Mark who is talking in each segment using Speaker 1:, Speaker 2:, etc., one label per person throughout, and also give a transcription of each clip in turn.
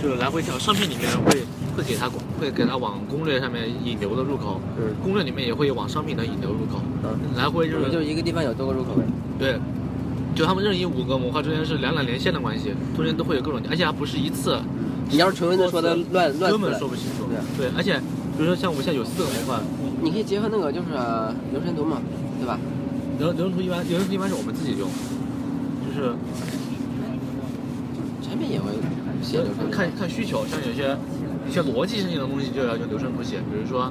Speaker 1: 就是来回调商品里面会会给它会给它往攻略上面引流的入口，
Speaker 2: 嗯
Speaker 1: 攻略里面也会往商品的引流入口，
Speaker 2: 嗯
Speaker 1: 来回就
Speaker 2: 也就是是一个地方有多个入口呗。
Speaker 1: 对，就他们任意五个模块之间是两两连线的关系，中间都会有各种，而且还不是一次，
Speaker 2: 你要是纯文的说的乱
Speaker 1: 根
Speaker 2: 乱出
Speaker 1: 本
Speaker 2: 来
Speaker 1: 说，不清楚
Speaker 2: 对
Speaker 1: 对，
Speaker 2: 啊。
Speaker 1: 而且比如说像我们现在有四个模块，
Speaker 2: 你可以结合那个就是呃流程图嘛，对吧？
Speaker 1: 流流程图一般流程图一般是我们自己用，就是
Speaker 2: 产品也会写流程图。
Speaker 1: 看看需求，像有些一些逻辑性的东西就要用流程图写，比如说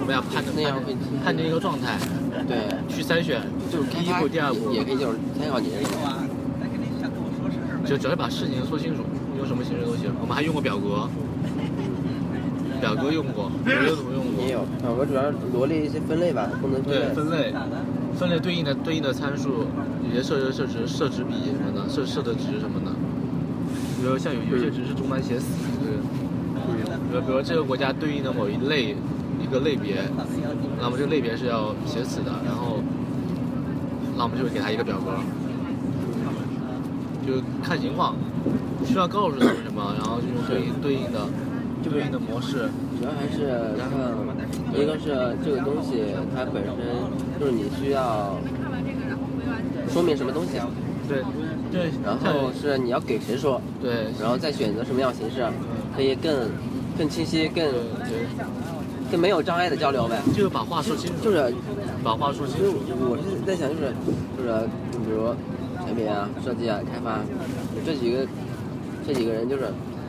Speaker 1: 我们要判
Speaker 2: 那样会
Speaker 1: 判判定一个状态，
Speaker 2: 对，
Speaker 1: 去筛选，
Speaker 2: 就是开
Speaker 1: 第一
Speaker 2: 发
Speaker 1: 步、第二步，
Speaker 2: 也可以就是参考你这个。
Speaker 1: 就只要把事情说清楚，用什么形式都行。我们还用过表 格，表格用过，流程图用过，
Speaker 2: 也有，啊，我主要罗列一些分类吧，功能分
Speaker 1: 对，
Speaker 2: 类。
Speaker 1: 分类，分类对应的对应的参数，有些设置设置设置比什么的，设设的值什么的。比如像有有些值是中单写死，就是比如比如这个国家对应的某一类一个类别，那么这个类别是要写死的，然后那我们就会给他一个表格，就看情况，需要告诉他们什么，然后就用对应对应的对应的模式，
Speaker 2: 主要还是看，一个是这个东西它本身就是你需要说明什么东西，
Speaker 1: 对对，
Speaker 2: 然
Speaker 1: 像有
Speaker 2: 后是你要给谁说，
Speaker 1: 对
Speaker 2: 然后再选择什么样形式，可以更更清晰、更
Speaker 1: 对对，
Speaker 2: 更没有障碍的交流呗。
Speaker 1: 就是把话说清楚，
Speaker 2: 就是
Speaker 1: 把话说
Speaker 2: 其
Speaker 1: 清
Speaker 2: 实
Speaker 1: 楚，
Speaker 2: 我是在想，就是就是你比如产品啊、设计啊、开发啊这几个这几个人，就是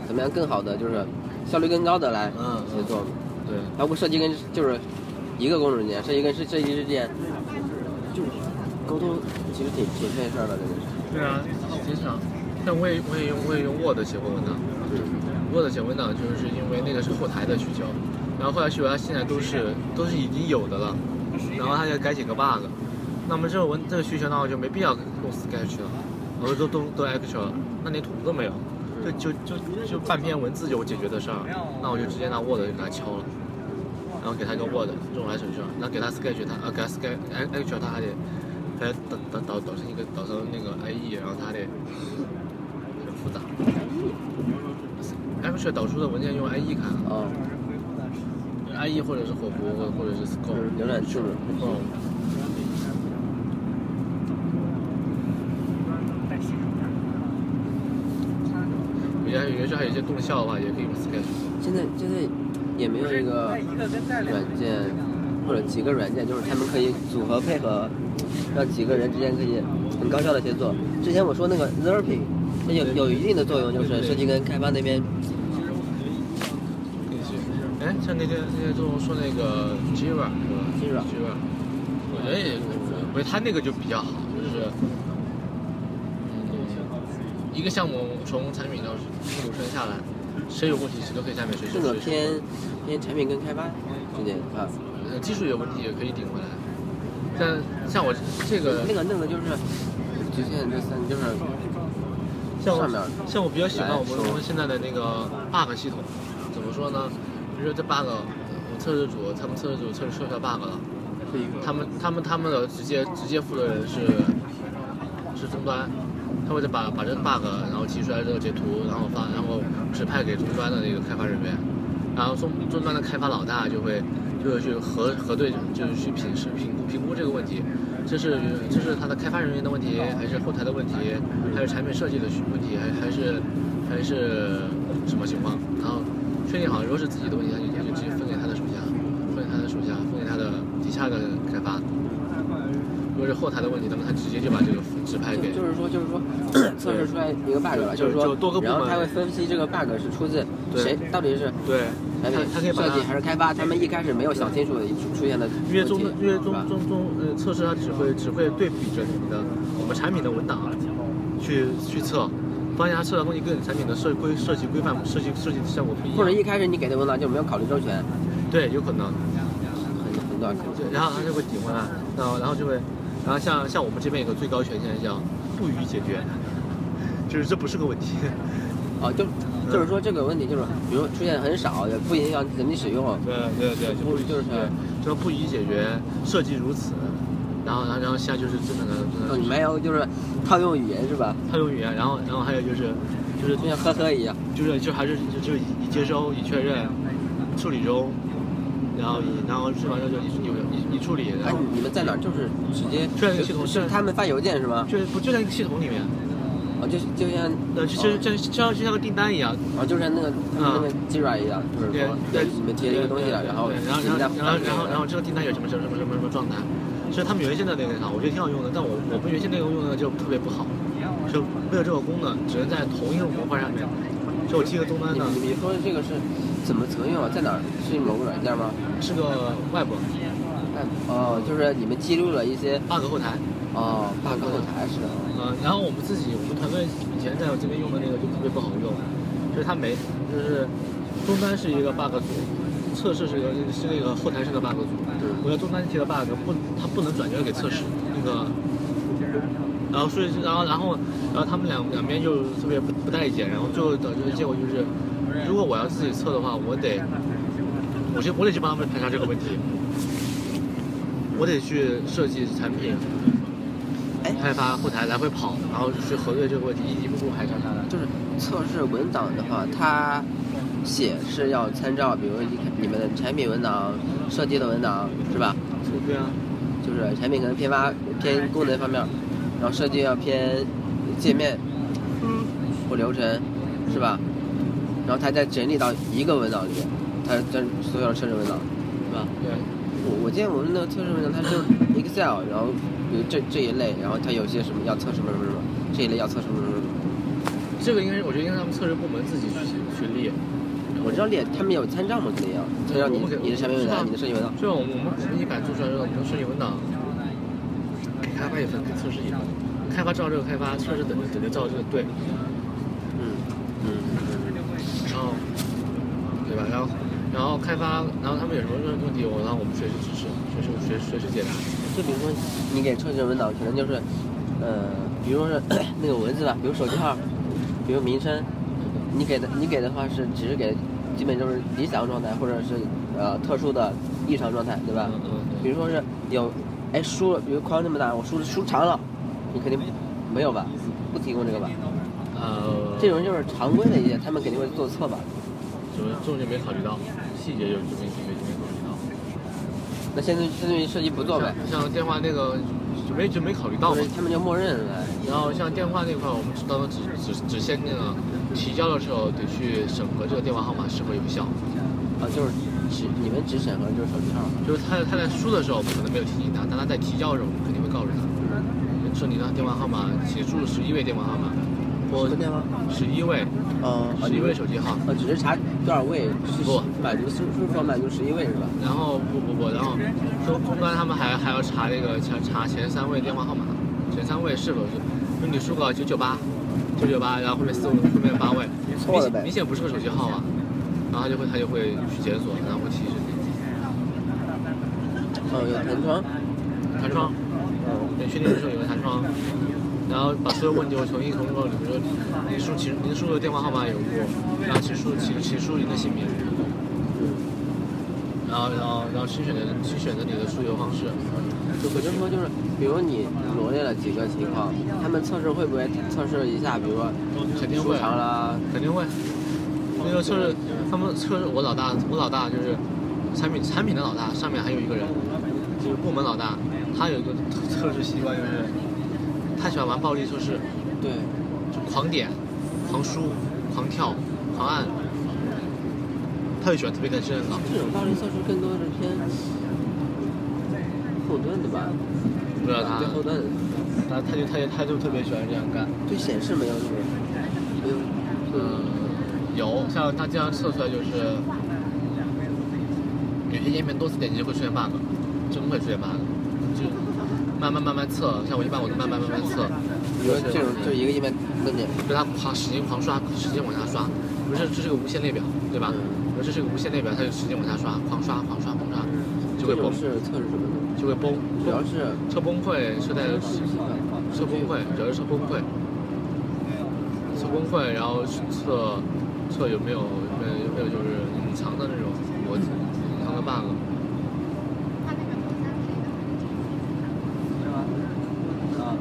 Speaker 2: 怎么样更好的，就是效率更高的来
Speaker 1: 嗯
Speaker 2: 协作。
Speaker 1: 对。
Speaker 2: 包括设计跟就是一个工种之间，设计跟设设计之间，就是沟通其实挺挺费事儿的，真的是。
Speaker 1: 对啊，经常。但我也我也用我也用 Word 写过文档，Word 写文档就是因为那个是后台的需求，然后后来需求它现在都是都是已经有的了，然后它就改几个 bug，那么这个文这个需求呢我就没必要用 Sketch 了，我都都都 Actual 了，那连图都没有，就就就就半篇文字就解决的事儿，那我就直接拿 Word 就给它敲了。然后给他一个 Word 这种来程序，然后给他 Sketch，他呃给他 Sketch Actual，他还得还导导导导成一个导成那个 IE，然后他得很复杂。Actual 导出的文件用 IE 看
Speaker 2: 哦，
Speaker 1: ，IE 或者是火狐，或者是 s c o
Speaker 2: 就
Speaker 1: r e
Speaker 2: 是浏览器嘛。
Speaker 1: 哦，有些有些还有一些动效的话，也可以用 Sketch。
Speaker 2: 现在现在也没有一个软件或者几个软件，就是他们可以组合配合，让几个人之间可以很高效的协作。之前我说那个 Zerpy，它有有一定的作用，就是设计跟开发那边，
Speaker 1: 进去。哎，像那天那天周红说那个 Jira 是吧
Speaker 2: Jira
Speaker 1: Jira，我觉得也，我觉得他那个就比较好，就是，嗯，一个项目从产品到流程下来，谁有问题谁都可以下面谁
Speaker 2: 这
Speaker 1: 说
Speaker 2: 个
Speaker 1: 谁
Speaker 2: 偏偏产品跟开发之间啊。
Speaker 1: 呃技术有问题也可以顶回来。但像我这个
Speaker 2: 那个那个就是局限这三就是
Speaker 1: 像我
Speaker 2: 上面儿
Speaker 1: 像我比较喜欢我们公司现在的那个 bug 系统，怎么说呢？比如说这 bug，我们测试组他们测试组测试出来 bug 了。
Speaker 2: 对
Speaker 1: 他们他们他们的直接直接负责人是是终端，他会再把把这个 bug 然后提出来这个截图，然后发然后指派给终端的那个开发人员，然后终终端的开发老大就会就会去核核对，就是去品试评估评估这个问题，这是这是他的开发人员的问题，还是后台的问题，还是产品设计的问题，还还是还是什么情况？然后确定好，如果是自己的问题，他就他就直接分给他的属下，分给他的属下，分给他的底下的开发。如果是后台的问题，那么他直接就把这个指派给
Speaker 2: 就就是说，就是说，测试出来一个 bug 了，
Speaker 1: 就是就
Speaker 2: 说
Speaker 1: 多个，部门
Speaker 2: 然后他会分析这个 bug 是出自
Speaker 1: 对
Speaker 2: 谁，到底是
Speaker 1: 对，他
Speaker 2: 产品
Speaker 1: 他可以把
Speaker 2: 设
Speaker 1: 它
Speaker 2: 计还是开发，他们一开始没有想清楚出出现的问题，啊
Speaker 1: 因为中因为
Speaker 2: 是
Speaker 1: 中
Speaker 2: 吧
Speaker 1: 中中呃测试它只会只会对比着你们的我们产品的文档去去测，发现它测的东西跟你产品的设规设计规范设计设计效果不一样，
Speaker 2: 或者一开始你给的文档就没有考虑周全，
Speaker 1: 对有可能，
Speaker 2: 很很多可能
Speaker 1: 对然后它就会顶回来，然后然后就会，然后像像我们这边有个最高权限叫不予解决，就是这不是个问题，
Speaker 2: 哦，就
Speaker 1: 嗯
Speaker 2: 就是说这个问题就是，比如出现很少，也不影响人体使用。
Speaker 1: 对对对，就不
Speaker 2: 就是啊
Speaker 1: 对，就是不宜解决，设计如此，然后然后然后下就是真的能
Speaker 2: 哦，
Speaker 1: 真的，
Speaker 2: 你没有就是套用语言是吧？
Speaker 1: 他用语言，然后然后还有就是就是
Speaker 2: 就像呵呵一样。
Speaker 1: 就是就还是就就已接收已确认，处理中，然后已然后是完了就已有已已处理，
Speaker 2: 哎
Speaker 1: 然后，
Speaker 2: 你们在哪儿？就是直接
Speaker 1: 这个系统
Speaker 2: 是
Speaker 1: 是
Speaker 2: 他们发邮件是吗？
Speaker 1: 就是不就在那个系统里面，
Speaker 2: 哦，就就像
Speaker 1: 呃，就就就就像就像个订单一样，
Speaker 2: 哦，就像那个他们那个 Jira 一样，就是
Speaker 1: 对
Speaker 2: 说
Speaker 1: 对，
Speaker 2: 你们贴了一个东西了，
Speaker 1: 对
Speaker 2: 然后
Speaker 1: 对然后
Speaker 2: 你们再
Speaker 1: 然后然后然后然后这个订单有什么什么什么什么什么状态，所以他们原先的那个啥，我觉得挺好用的，但我我们原先那个用的就特别不好，就没有这个功能，只能在同一个模块上面，就我贴个终端
Speaker 2: 你
Speaker 1: 呢
Speaker 2: 们你们说的这个是怎么怎么用啊？在哪儿？是某个软件吗？
Speaker 1: 是个外部
Speaker 2: 哎哦，就是你们记录了一些
Speaker 1: bug 后台，
Speaker 2: 哦 bug 后台是的。
Speaker 1: 呃，然后我们自己我们团队以前在我这边用的那个就特别不好用，就是它没就是终端是一个 bug 组，测试是一个是那个后台是个 bug 组，我要终端贴的 bug 不它不能转交给测试那个。然后所以然后然后然后呃他们两两边就特别不不待见，然后最后导致的结果就是，如果我要自己测的话，我得，我先我得去帮他们排查这个问题，我得去设计产品
Speaker 2: 哎，
Speaker 1: 开发后台来回跑，然后去核对这个问题，一步步排查下来。
Speaker 2: 就是测试文档的话，它写是要参照，比如你你们的产品文档、设计的文档是吧？
Speaker 1: 对啊，
Speaker 2: 就是产品可能偏发偏功能方面，然后设计要偏界面
Speaker 1: 嗯，
Speaker 2: 或流程，是吧？然后它再整理到一个文档里面，它这所有的测试文档，是吧？
Speaker 1: 对，
Speaker 2: 我我见我们的测试文档，它就是 Excel，然后比如这这一类，然后它有些什么要测什么什么什么，这一类要测什么什么什么。
Speaker 1: 这个应该是我觉得应该是他们测试部门自己去去列。
Speaker 2: 我知道列他们有参照嘛，肯定要参照你
Speaker 1: 我们给
Speaker 2: 你的产品
Speaker 1: 是
Speaker 2: 文
Speaker 1: 吧
Speaker 2: 档、你的设计文档。
Speaker 1: 就我们我们一版做出来之后，我们设计文档，给开发一份，给测试一份，开发照这个开发，测试等着等着照这个对，
Speaker 2: 嗯嗯
Speaker 1: 然后对吧？然后然后开发，然后他们有什么问问题，我让我们随时支持，随时随随时解答。
Speaker 2: 就比如说你给测试文档，可能就是，呃，比如说是 那个文字吧，比如手机号，比如名称，你给的你给的话是只是给，基本就是理想状态或者是呃特殊的异常状态，对吧？
Speaker 1: 嗯嗯对
Speaker 2: 比如说是有，哎输了，比如框这么大，我输输长了，你肯定没有吧？不提供这个吧？
Speaker 1: 呃，
Speaker 2: 这种就是常规的一些，他们肯定会做测吧？
Speaker 1: 怎么这种就没考虑到，细节就就没没没考虑到。
Speaker 2: 那相当于相当于设计不做呗，
Speaker 1: 像像电话那个就没就没考虑到
Speaker 2: 或
Speaker 1: 嘛
Speaker 2: 者。他们就默认了。
Speaker 1: 然后像电话那块儿，我们到时候只只只限定了提交的时候得去审核这个电话号码是否有效。
Speaker 2: 啊，就是只你们只审核就是手机号，
Speaker 1: 就是他他在输的时候，我们可能没有提醒他，但他在提交的时候，我们肯定会告诉他，说你的电话号码，请输入十一位电话号码，或
Speaker 2: 什么电话？
Speaker 1: 十一位，
Speaker 2: 哦，
Speaker 1: 十一位手机号。
Speaker 2: 呃，只是查多少位，是
Speaker 1: 不
Speaker 2: 满足是是说满足十一位是吧？
Speaker 1: 然后不不不，然后中中端他们还还要查那个查查前三位电话号码，前三位是否是，就你输个九九八，九九八，然后后面四五后面八位，明
Speaker 2: 错了
Speaker 1: 显
Speaker 2: 呗
Speaker 1: 明显不是个手机号啊，然后他就会他就会去检索，然后会提示你，
Speaker 2: 哦，有弹窗，
Speaker 1: 弹窗，
Speaker 2: 哦，
Speaker 1: 对，确定的时候有个弹窗，然后把所有问题我重新重构，比如说您输请您输入的电话号码有无，然后请输请请输您的姓名，然后然后然后请选择请选择你的输邮方式，
Speaker 2: 就我就说就是，比如你罗列了几个情况，他们测试会不会测试一下，比如说
Speaker 1: 肯定
Speaker 2: 舒
Speaker 1: 会。
Speaker 2: 长啦，
Speaker 1: 肯定会。那个测试，他们测试我老大，我老大就是产品产品的老大，上面还有一个人，就是部门老大，他有一个测试习惯，就是他喜欢玩暴力测试，
Speaker 2: 对，
Speaker 1: 就狂点、狂输、狂跳、狂按，他就喜欢特别干深的搞，
Speaker 2: 这种暴力测试更多的是偏后端的吧，
Speaker 1: 不知道他
Speaker 2: 对，后端的，
Speaker 1: 他他就他就他就特别喜欢这样干。
Speaker 2: 对显示没有那种，没有，
Speaker 1: 嗯，有，像他经常测出来就是，有些页面多次点击会出现 bug，真会出现 bug，就慢慢慢慢测，像我一般我都慢慢慢慢测，
Speaker 2: 比如说这种就一个页面论点，
Speaker 1: 就他狂使劲狂刷，使劲往下刷，不是这是个无限列表对吧？
Speaker 2: 嗯
Speaker 1: 我说这是个无限列表，他就使劲往下刷，狂刷狂刷狂刷，就会
Speaker 2: 这种
Speaker 1: 崩，
Speaker 2: 是测试什么的？
Speaker 1: 就会崩，
Speaker 2: 主要是
Speaker 1: 车崩溃，车在
Speaker 2: 测试习惯
Speaker 1: 车崩溃，主要是车崩溃，车测工会，然后去测测有没有呃有没有就是隐藏的那种逻辑，隐藏的 bug。
Speaker 3: 他那个头像是一个很正经
Speaker 2: 是
Speaker 3: 的。
Speaker 2: 吗？啊，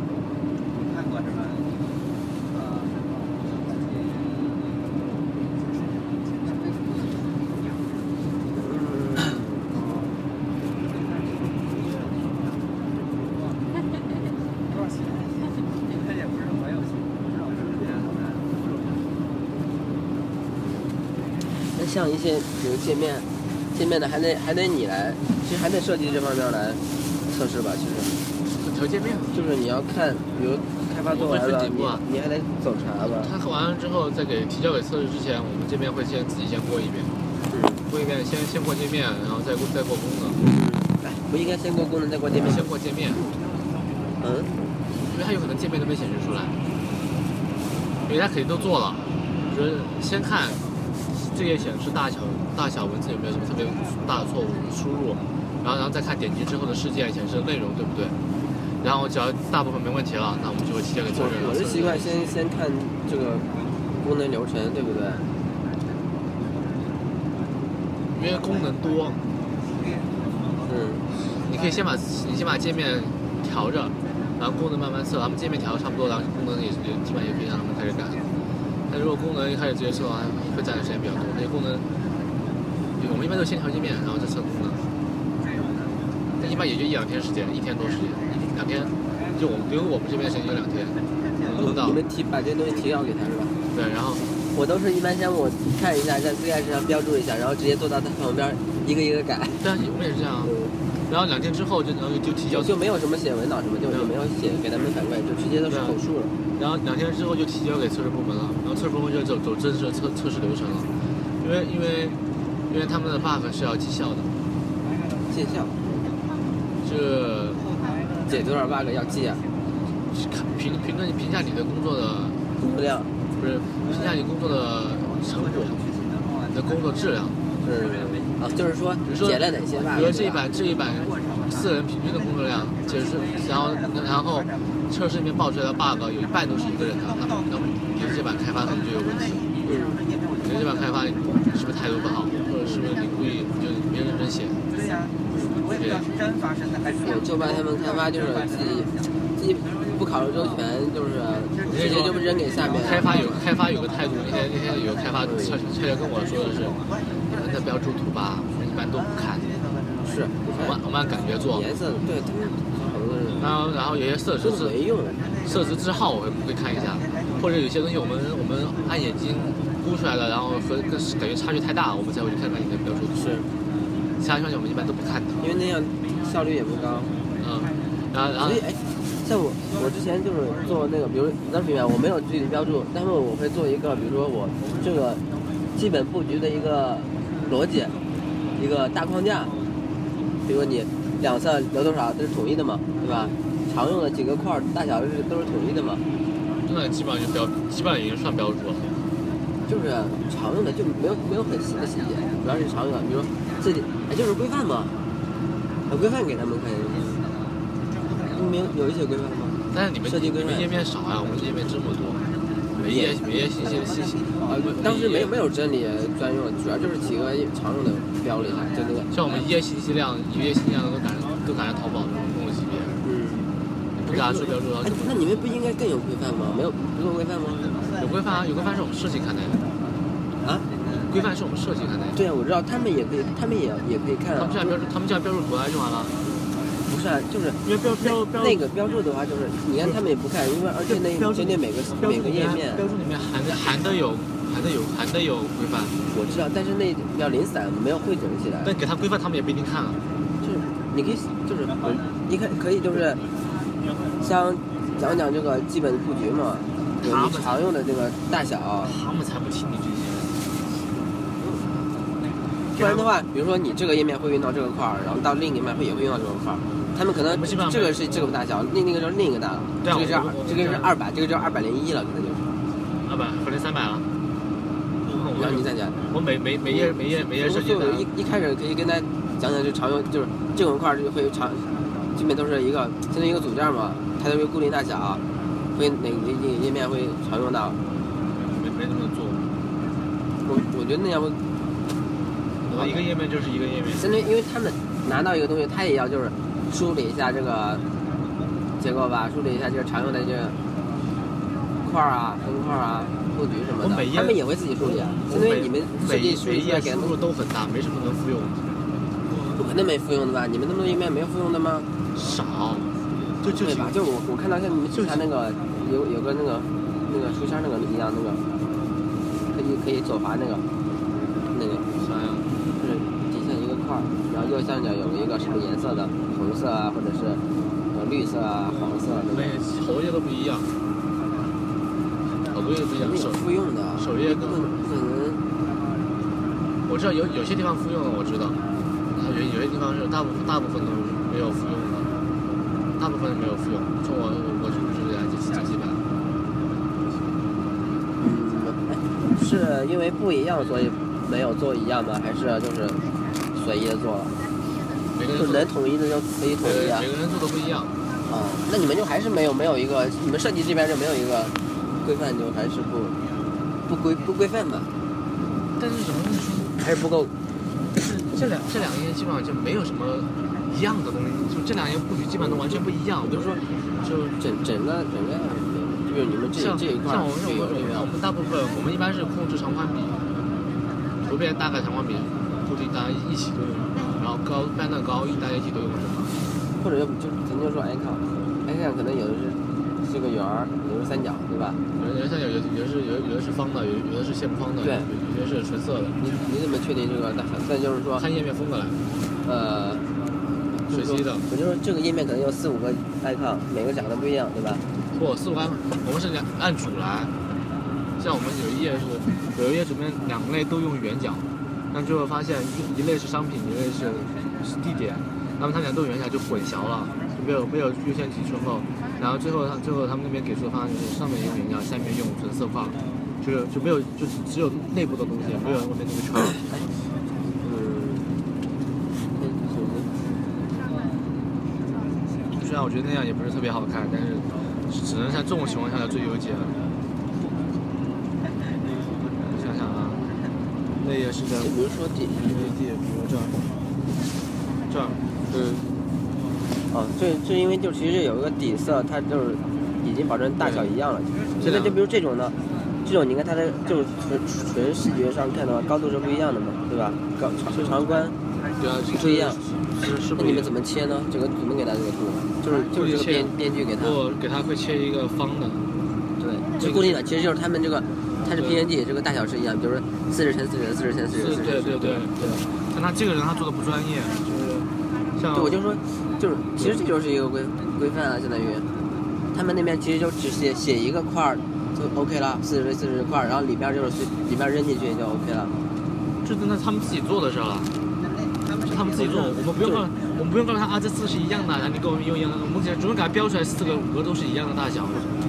Speaker 2: 看过是吧？啊，那像一些比如界面，界面的还得还得你来，其实还得设计这方面来测试吧，其实。
Speaker 1: 条界面，
Speaker 2: 就是你要看，比如开发做
Speaker 1: 我
Speaker 2: 完
Speaker 1: 会
Speaker 2: 了，
Speaker 1: 分几步啊
Speaker 2: 你你还得走查吧？
Speaker 1: 他完了之后再给提交给测试之前，我们这边会先自己先过一遍，
Speaker 2: 嗯，
Speaker 1: 过一遍先先过界面，然后再过再过功能，
Speaker 2: 哎，不应该先过功能再过界面
Speaker 1: 先过界面，
Speaker 2: 嗯，
Speaker 1: 因为它有可能界面都没显示出来，因为它肯定都做了，就是先看这页显示大小大小文字有没有什么特别大的错误输入，然后然后再看点击之后的事件显示的内容对不对，然后只要大部分没问题了，那我们就会提交给测试人。
Speaker 2: 我我是习惯先先看这个功能流程，对不对？
Speaker 1: 因为功能多，
Speaker 2: 嗯，
Speaker 1: 你可以先把你先把界面调着，然后功能慢慢测，咱们界面调得差不多，然后功能也也基本也可以让他们开始干。但如果功能一开始直接测的话，会占的时间比较多。而且功能，我们一般都先调界面，然后再测功能，但一般也就一两天时间，一天多时间，一两天。就我们，比如我们这边时间就两天，能轮到
Speaker 2: 你们提把这些东西提交给他是吧？
Speaker 1: 对，然后
Speaker 2: 我都是一般先我看一下，在最开始上标注一下，然后直接坐到他旁边一个一个改，
Speaker 1: 但是我们也是这样啊，然后两天之后就能就提交
Speaker 2: 就就没有什么写文档什么，就
Speaker 1: 对
Speaker 2: 就没有写给他们反馈，就直接都是
Speaker 1: 对啊
Speaker 2: 口述了。
Speaker 1: 然后两天之后就提交给测试部门了，然后测试部门就走走真实的测测试流程了，因为因为因为他们的 bug 是要绩效的，
Speaker 2: 见效，
Speaker 1: 是
Speaker 2: 解多少 bug 要记啊，
Speaker 1: 是看评评论评价你的工作的
Speaker 2: 工作量，
Speaker 1: 不是评价你工作的成果，你的工作质量。
Speaker 2: 嗯，啊，就是说
Speaker 1: 比如说
Speaker 2: 解了哪些 bug，
Speaker 1: 比如说这
Speaker 2: 对
Speaker 1: 一
Speaker 2: 吧
Speaker 1: 版这一版四人平均的工作量，解释然后然后测试里面爆出来的 bug 有一半都是一个人的，那么那么你这版开发可能就有问题。你这版开发是不是态度不好，或者是不是你故意就没认真写？
Speaker 4: 对呀、我也不知道是真发生的还是
Speaker 2: 我就把他们开发就是自己自己不考虑周全，就是直接就扔给下面。
Speaker 1: 开发有开发有个态度，那天那天有个开发悄悄悄跟我说的是，你们再不要出图吧，一般都不看，
Speaker 2: 是，
Speaker 1: 我们我们按感觉做。
Speaker 2: 颜色对他们好多人
Speaker 1: 然后然后有些设置
Speaker 2: 都
Speaker 1: 是
Speaker 2: 没用的，
Speaker 1: 设置之后我会会看一下，或者有些东西我们我们按眼睛估出来了，然后和跟感觉差距太大，我们才会去看看你的标注。
Speaker 2: 是，
Speaker 1: 其他情况下我们一般都不看的。
Speaker 2: 因为那样效率也不高。
Speaker 1: 嗯，然后然后
Speaker 2: 所以哎，像我我之前就是做那个，比如 z e r p 我没有具体标注，但是我会做一个，比如说我这个基本布局的一个逻辑，一个大框架，比如你两侧留多少，这是统一的嘛，对吧？常用的几个块儿大小是都是统一的嘛，
Speaker 1: 真的基本上就标，基本上已经算标注了。
Speaker 2: 就是常用的就没有没有很细的细节，主要是常用的，比如这里哎就是规范嘛，有规范给他们看一下，没有有一些规范吗？
Speaker 1: 但是你们
Speaker 2: 设计规
Speaker 1: 你
Speaker 2: 范
Speaker 1: 们页面少啊呀、我们页面这么多，每页每页信息信息，
Speaker 2: 啊，当时没有没有真理专用，主要就是几个常用的标了一下，就那个。
Speaker 1: 像我们一页信息量，一页信息量都赶上都赶上淘宝这种东西，
Speaker 2: 嗯。
Speaker 1: 不给它做标注到
Speaker 2: 哎
Speaker 1: 这么，
Speaker 2: 那你们不应该更有规范吗？没有不做规范吗？
Speaker 1: 有规范啊，有规范是我们设计看待的，
Speaker 2: 啊？
Speaker 1: 规范是我们设计看待的。
Speaker 2: 对啊，我知道他们也可以，他们也也可以看
Speaker 1: 他
Speaker 2: 啊
Speaker 1: 们。就按标注，他们就按标注图来就完了。
Speaker 2: 不是啊，就是
Speaker 1: 因为标标标
Speaker 2: 那个标注的话，就是你看他们也不看，因为而且那
Speaker 1: 标注
Speaker 2: 针对每个
Speaker 1: 标
Speaker 2: 每
Speaker 1: 注
Speaker 2: 个
Speaker 1: 里
Speaker 2: 页
Speaker 1: 面
Speaker 2: 面，
Speaker 1: 标注里面含的含的有含的有含的有规范，
Speaker 2: 我知道，但是那比较零散，没有汇总起来。
Speaker 1: 但给他规范他们也不一定看啊。
Speaker 2: 就是你可以就是你可可以就是像讲讲这个基本布局嘛，有
Speaker 1: 他
Speaker 2: 你
Speaker 1: 们
Speaker 2: 常用的这个大小。
Speaker 1: 他们才不听你这些。
Speaker 2: 不然的话，比如说你这个页面会用到这个块儿，然后到另一个页面会也会用到这个块儿，他们可能
Speaker 1: 我们基本上
Speaker 2: 这个是这个大小，另另一个是另一个大了，
Speaker 1: 对啊
Speaker 2: 这个是
Speaker 1: 我们我们
Speaker 2: 这个是二百，这个就二百零一了，可能就是。
Speaker 1: 二百啊合成三百了。
Speaker 2: 然后你再讲，
Speaker 1: 我每每每页每页每页设计
Speaker 2: 就
Speaker 1: 的
Speaker 2: 是，一一开始可以跟他讲讲，就常用就是这种块儿就会常，基本都是一个相当于一个组件嘛，它都是固定大小，会哪哪哪个页面会常用到，
Speaker 1: 没那么做。
Speaker 2: 我我觉得那要不
Speaker 1: 我一个页面就是一个页面，
Speaker 2: 相当于，因为他们拿到一个东西，他也要就是梳理一下这个结构吧，梳理一下这个常用的这个块儿啊、分块儿啊、布局什么
Speaker 1: 我每
Speaker 2: 的，
Speaker 1: 页
Speaker 2: 他们也会自己梳理啊。相当于你们
Speaker 1: 每
Speaker 2: 实际
Speaker 1: 一
Speaker 2: 梳
Speaker 1: 每
Speaker 2: 理
Speaker 1: 一
Speaker 2: 出
Speaker 1: 页
Speaker 2: 来给
Speaker 1: 输
Speaker 2: 他们
Speaker 1: 入，都很大，没什么能复用的，
Speaker 2: 不可能没复用的吧？你们那么多页面没有复用的吗？
Speaker 1: 少，就就
Speaker 2: 对
Speaker 1: 是
Speaker 2: 吧？就我我看到像你们去查那个有有个那个那个书签儿那个一样那个，可以可以左滑那个那个。
Speaker 1: 啥呀？
Speaker 2: 就是底下一个块儿，然后右下角有一个什么颜色的，红色啊，或者是呃绿色啊、黄色啊那
Speaker 1: 每
Speaker 2: 种。
Speaker 1: 头页都不一样，好多页不一
Speaker 2: 咱
Speaker 1: 样
Speaker 2: 们，有
Speaker 1: 手
Speaker 2: 复用的啊，
Speaker 1: 首页
Speaker 2: 不
Speaker 1: 更
Speaker 2: 可不可能
Speaker 1: 我知道有有些地方复用了，我知道，然后有有些地方是大部分大部分都没有复用的，大部分没有复用。从我我只是来几几几版，
Speaker 2: 嗯，是因为不一样所以没有做一样吗？还是就是随意的做了？
Speaker 1: 每个人
Speaker 2: 就
Speaker 1: 做
Speaker 2: 能
Speaker 1: 的
Speaker 2: 统一的就可以统
Speaker 1: 每个
Speaker 2: 一啊
Speaker 1: 人每。个人做的不一样，
Speaker 2: 啊，那你们就还是没有没有一个，你们设计这边就没有一个规范，就还是不不规不规范吧，
Speaker 1: 但是怎么说，
Speaker 2: 还是不够。
Speaker 1: 就是这两这两个页基本上就没有什么一样的东西，就这两页布局基本上都完全不一样。我跟你说，就
Speaker 2: 整整个整个就是你们这
Speaker 1: 像
Speaker 2: 这一块
Speaker 1: 像我
Speaker 2: 儿
Speaker 1: 们
Speaker 2: 是
Speaker 1: 我
Speaker 2: 有这
Speaker 1: 们
Speaker 2: 个
Speaker 1: 我们大部分我们一般是控制长宽比，图片大概长宽比固定大家一起都用，然后高半段高大家一起都用什么？
Speaker 2: 或者就就咱就说 icon，icon 可能有的是是个圆儿，有的是三角，对吧？
Speaker 1: 有的像有有有的是有有的是方的，有有的是线框的，
Speaker 2: 对
Speaker 1: 有有些是纯色的，
Speaker 2: 你你怎么确定这个大小？再就是说，
Speaker 1: 看页面风格来，
Speaker 2: 呃，
Speaker 1: 随机的，
Speaker 2: 我就说这个页面可能有四五个 icon，每个长得不一样，对吧？
Speaker 1: 或四五按，我们是两按主栏，像我们有一页是有一页里面两类都用圆角，但最后发现一一类是商品，一类是是地点，那么它俩都有圆角就混淆了，没有没有优先级之后，然后最后他最后他们那边给出的方案就是上面用圆角，下面用纯色块，就是就没有就只有内部的东西，没有外面那个圈儿。呃
Speaker 2: 嗯，
Speaker 1: 虽然我觉得那样也不是特别好看，但是只能在这种情况下的最优解了。我想想啊，那也是在
Speaker 2: 就比如说这，
Speaker 1: 地，比如这儿，这儿，
Speaker 2: 嗯，哦，这这因为就其实有一个底色，它就是已经保证大小一样了。
Speaker 1: 这
Speaker 2: 现在
Speaker 1: 两
Speaker 2: 就比如这种呢，这种你看它的就是纯纯视觉上看的话，高度是不一样的嘛，对吧？高长长宽。
Speaker 1: 对啊，
Speaker 2: 不一样，
Speaker 1: 是是不
Speaker 2: 那你
Speaker 1: 一
Speaker 2: 们
Speaker 1: 样
Speaker 2: 怎。么切呢？这个怎么给它这个图？啊就是就是这个编编剧给它，
Speaker 1: 我给它会切一个方的，
Speaker 2: 对，就固定的。其实就是他们这个，它是 PNG，这个大小是一样，比如说四十乘四十，四十乘四
Speaker 1: 是
Speaker 2: 十，四十
Speaker 1: 对对对对。但他这个人他做的不专业，就是像
Speaker 2: 对，我就说，就是其实这就是一个规规范啊，相当于，他们那边其实就只写写一个块儿就 OK 了，四十四十块儿，然后里边就是随里边扔进去就 OK 了。
Speaker 1: 这真的他们自己做的事儿了。是他们自己做，我们不用告，我们不用告诉他啊，这四是一样的，然后你跟我们用一样的，我们只只能给他标出来四个、五个都是一样的大小。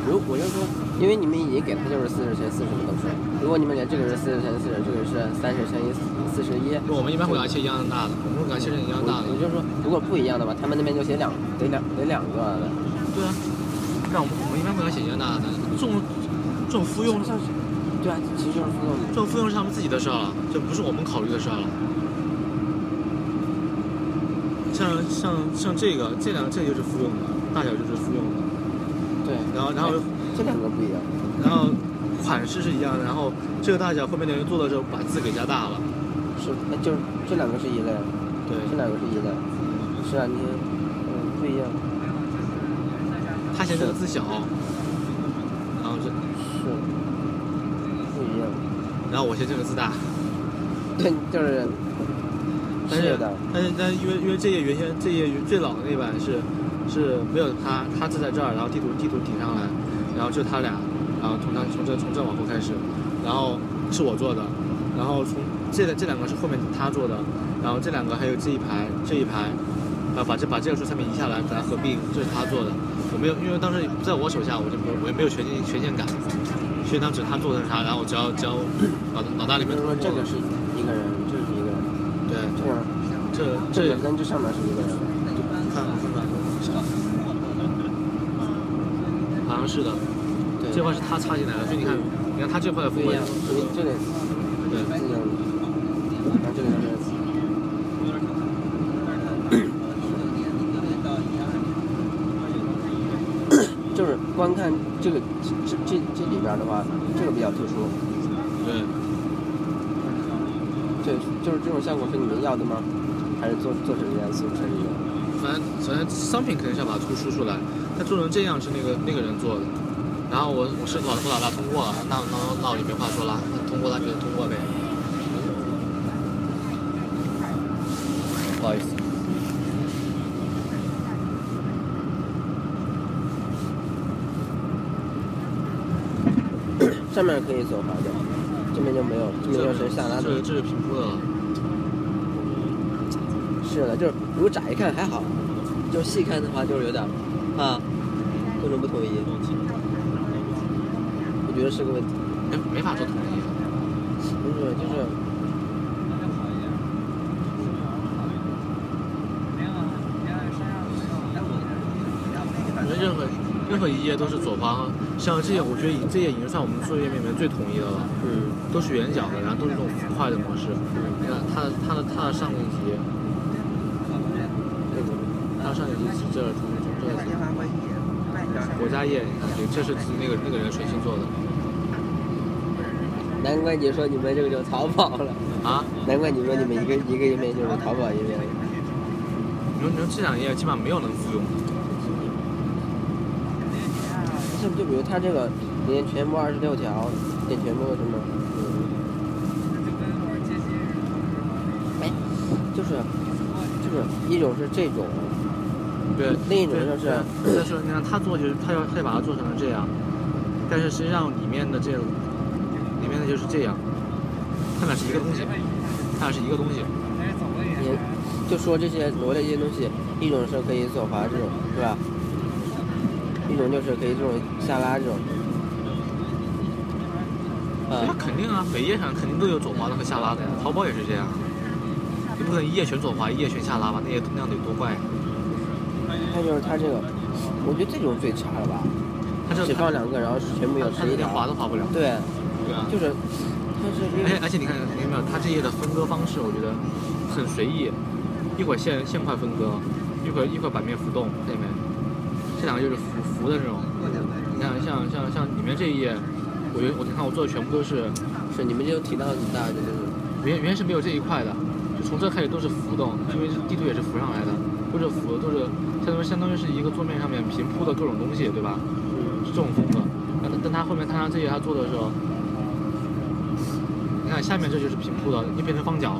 Speaker 2: 如我就说，因为你们已经给他就是四十乘四十的东西，如果你们连这个是四十乘四十，这个是三十乘以四十一，
Speaker 1: 我们一般会给他切一样的大的，我们会给他切成一样大的
Speaker 2: 我。就说，如果不一样的话，他们那边就写两得两得两个的。
Speaker 1: 对啊，但我们我们一般会给他写一样大的，这种这种复用，这
Speaker 2: 对啊，其实就是复用的。
Speaker 1: 种复用是他们自己的事儿了，这不是我们考虑的事儿了。像像像这个，这两这个就是复用的，大小就是复用的，
Speaker 2: 对，哎
Speaker 1: 然后然后
Speaker 2: 这两个不一样。
Speaker 1: 然后款式是一样的，然后这个大小后面的人做的时候把字给加大了，
Speaker 2: 是，那就是这两个是一类，
Speaker 1: 对。
Speaker 2: 这两个是一类。是啊，你嗯不一样。
Speaker 1: 他嫌这个字小，然后这，
Speaker 2: 是，不一样。
Speaker 1: 然后我嫌这个字大，
Speaker 2: 对，就是。
Speaker 1: 但是
Speaker 2: 的，
Speaker 1: 但是但是因为因为这页原先这页最老的那版是是没有它，它字在这儿，然后地图地图顶上来，然后就他俩，然后从它从这从这往后开始，然后是我做的，然后从这个这两个是后面他做的，然后这两个还有这一排这一排，啊把这把这个数下面移下来给它合并，这是他做的，我没有因为当时不在我手下，我就没有我也没有权限权限感。所以当时他做的是啥，然后我只要只要脑脑袋里面
Speaker 2: 就是说这个
Speaker 1: 是
Speaker 2: 是一个人，这是一个人，
Speaker 1: 对
Speaker 2: 这样，
Speaker 1: 这这
Speaker 2: 这个跟这上面是一个人。
Speaker 1: 看看吧，好像是的，
Speaker 2: 对。
Speaker 1: 这块是他插进来的，所以你看，你看他这块的
Speaker 2: 对
Speaker 1: 风格
Speaker 2: 呀，所以就得
Speaker 1: 对，
Speaker 2: 这个，然后这个就是就是光看这个这这这里边儿的话，这个比较特殊。
Speaker 1: 对，
Speaker 2: 对，就是这种效果是你们要的吗？还是做做成元素成的？
Speaker 1: 反正首先商品肯定是要把它突出出来，他做成这样是那个那个人做的，然后我我是我我老大通过了，那那那我也没话说了，那通过他就通过呗。不好意思，
Speaker 2: 上面可以走滑掉，这边就没有，这边就是下拉
Speaker 1: 这
Speaker 2: 的。
Speaker 1: 这是平铺的了，
Speaker 2: 是的，就是如果乍一看还好，就是细看的话就是有点儿啊，各种不统一。我觉得是个问题，
Speaker 1: 没没法说统一。
Speaker 2: 不是就是。
Speaker 1: 我觉得任何任何一页都是左方，像这些，我觉得这页已经算我们作业里面最统一的了，
Speaker 2: 嗯，
Speaker 1: 都是圆角的，然后都是这种浮块的模式。那它的它的它的上一题，
Speaker 2: 那种
Speaker 1: 它的上一题是这儿从从这儿国家页，你看这是那个那个人水星做的
Speaker 2: 难怪你说你们这个就淘宝了，
Speaker 1: 啊。
Speaker 2: 难怪你说你们一个一个页面就是淘宝页面。
Speaker 1: 你说你说这两页基本上没有能复用的，
Speaker 2: 就就比如它这个连全部二十六条，连全部什么，嗯，哎，就是就是一种是这种，
Speaker 1: 对。
Speaker 2: 嗯另一种就是
Speaker 1: 对但是你看他做就是他要他把它做成了这样，但是实际上里面的这个里面的就是这样，它俩是一个东西，它俩是一个东西。
Speaker 2: 也就说这些罗列这些东西，一种是可以左滑这种，是吧？一种就是可以这种下拉这种，
Speaker 1: 那
Speaker 2: 啊，
Speaker 1: 肯定啊，每页上肯定都有左滑的和下拉的呀，淘宝也是这样。你不可能一页全左滑，一页全下拉吧？那也那样得多怪呀！啊
Speaker 2: 它就是它这个，我觉得这种最差了吧？
Speaker 1: 它这
Speaker 2: 只
Speaker 1: 它
Speaker 2: 放两个，然后全部有
Speaker 1: 它
Speaker 2: 十一
Speaker 1: 连滑
Speaker 2: 条，
Speaker 1: 都滑不了。
Speaker 2: 对，
Speaker 1: 对啊。哎
Speaker 2: 就是它是因
Speaker 1: 而且
Speaker 2: 为
Speaker 1: 而且你看，你看没有，它这页的分割方式，我觉得很随意，一会儿线线块分割，一会儿一会儿版面浮动，看见没？这两个就是浮浮的这种。你看，像像像里面这一页，我觉得我你看我做的全部都是
Speaker 2: 是你们就提到很大的就是。
Speaker 1: 原原是没有这一块的，就从这开始都是浮动，因为地图也是浮上来的，都是浮，都是相当于相当于是一个桌面上面平铺的各种东西，对吧？是这种风格。但但他后面他让这些他做的时候，你看下面这就是平铺的，又变成方角了，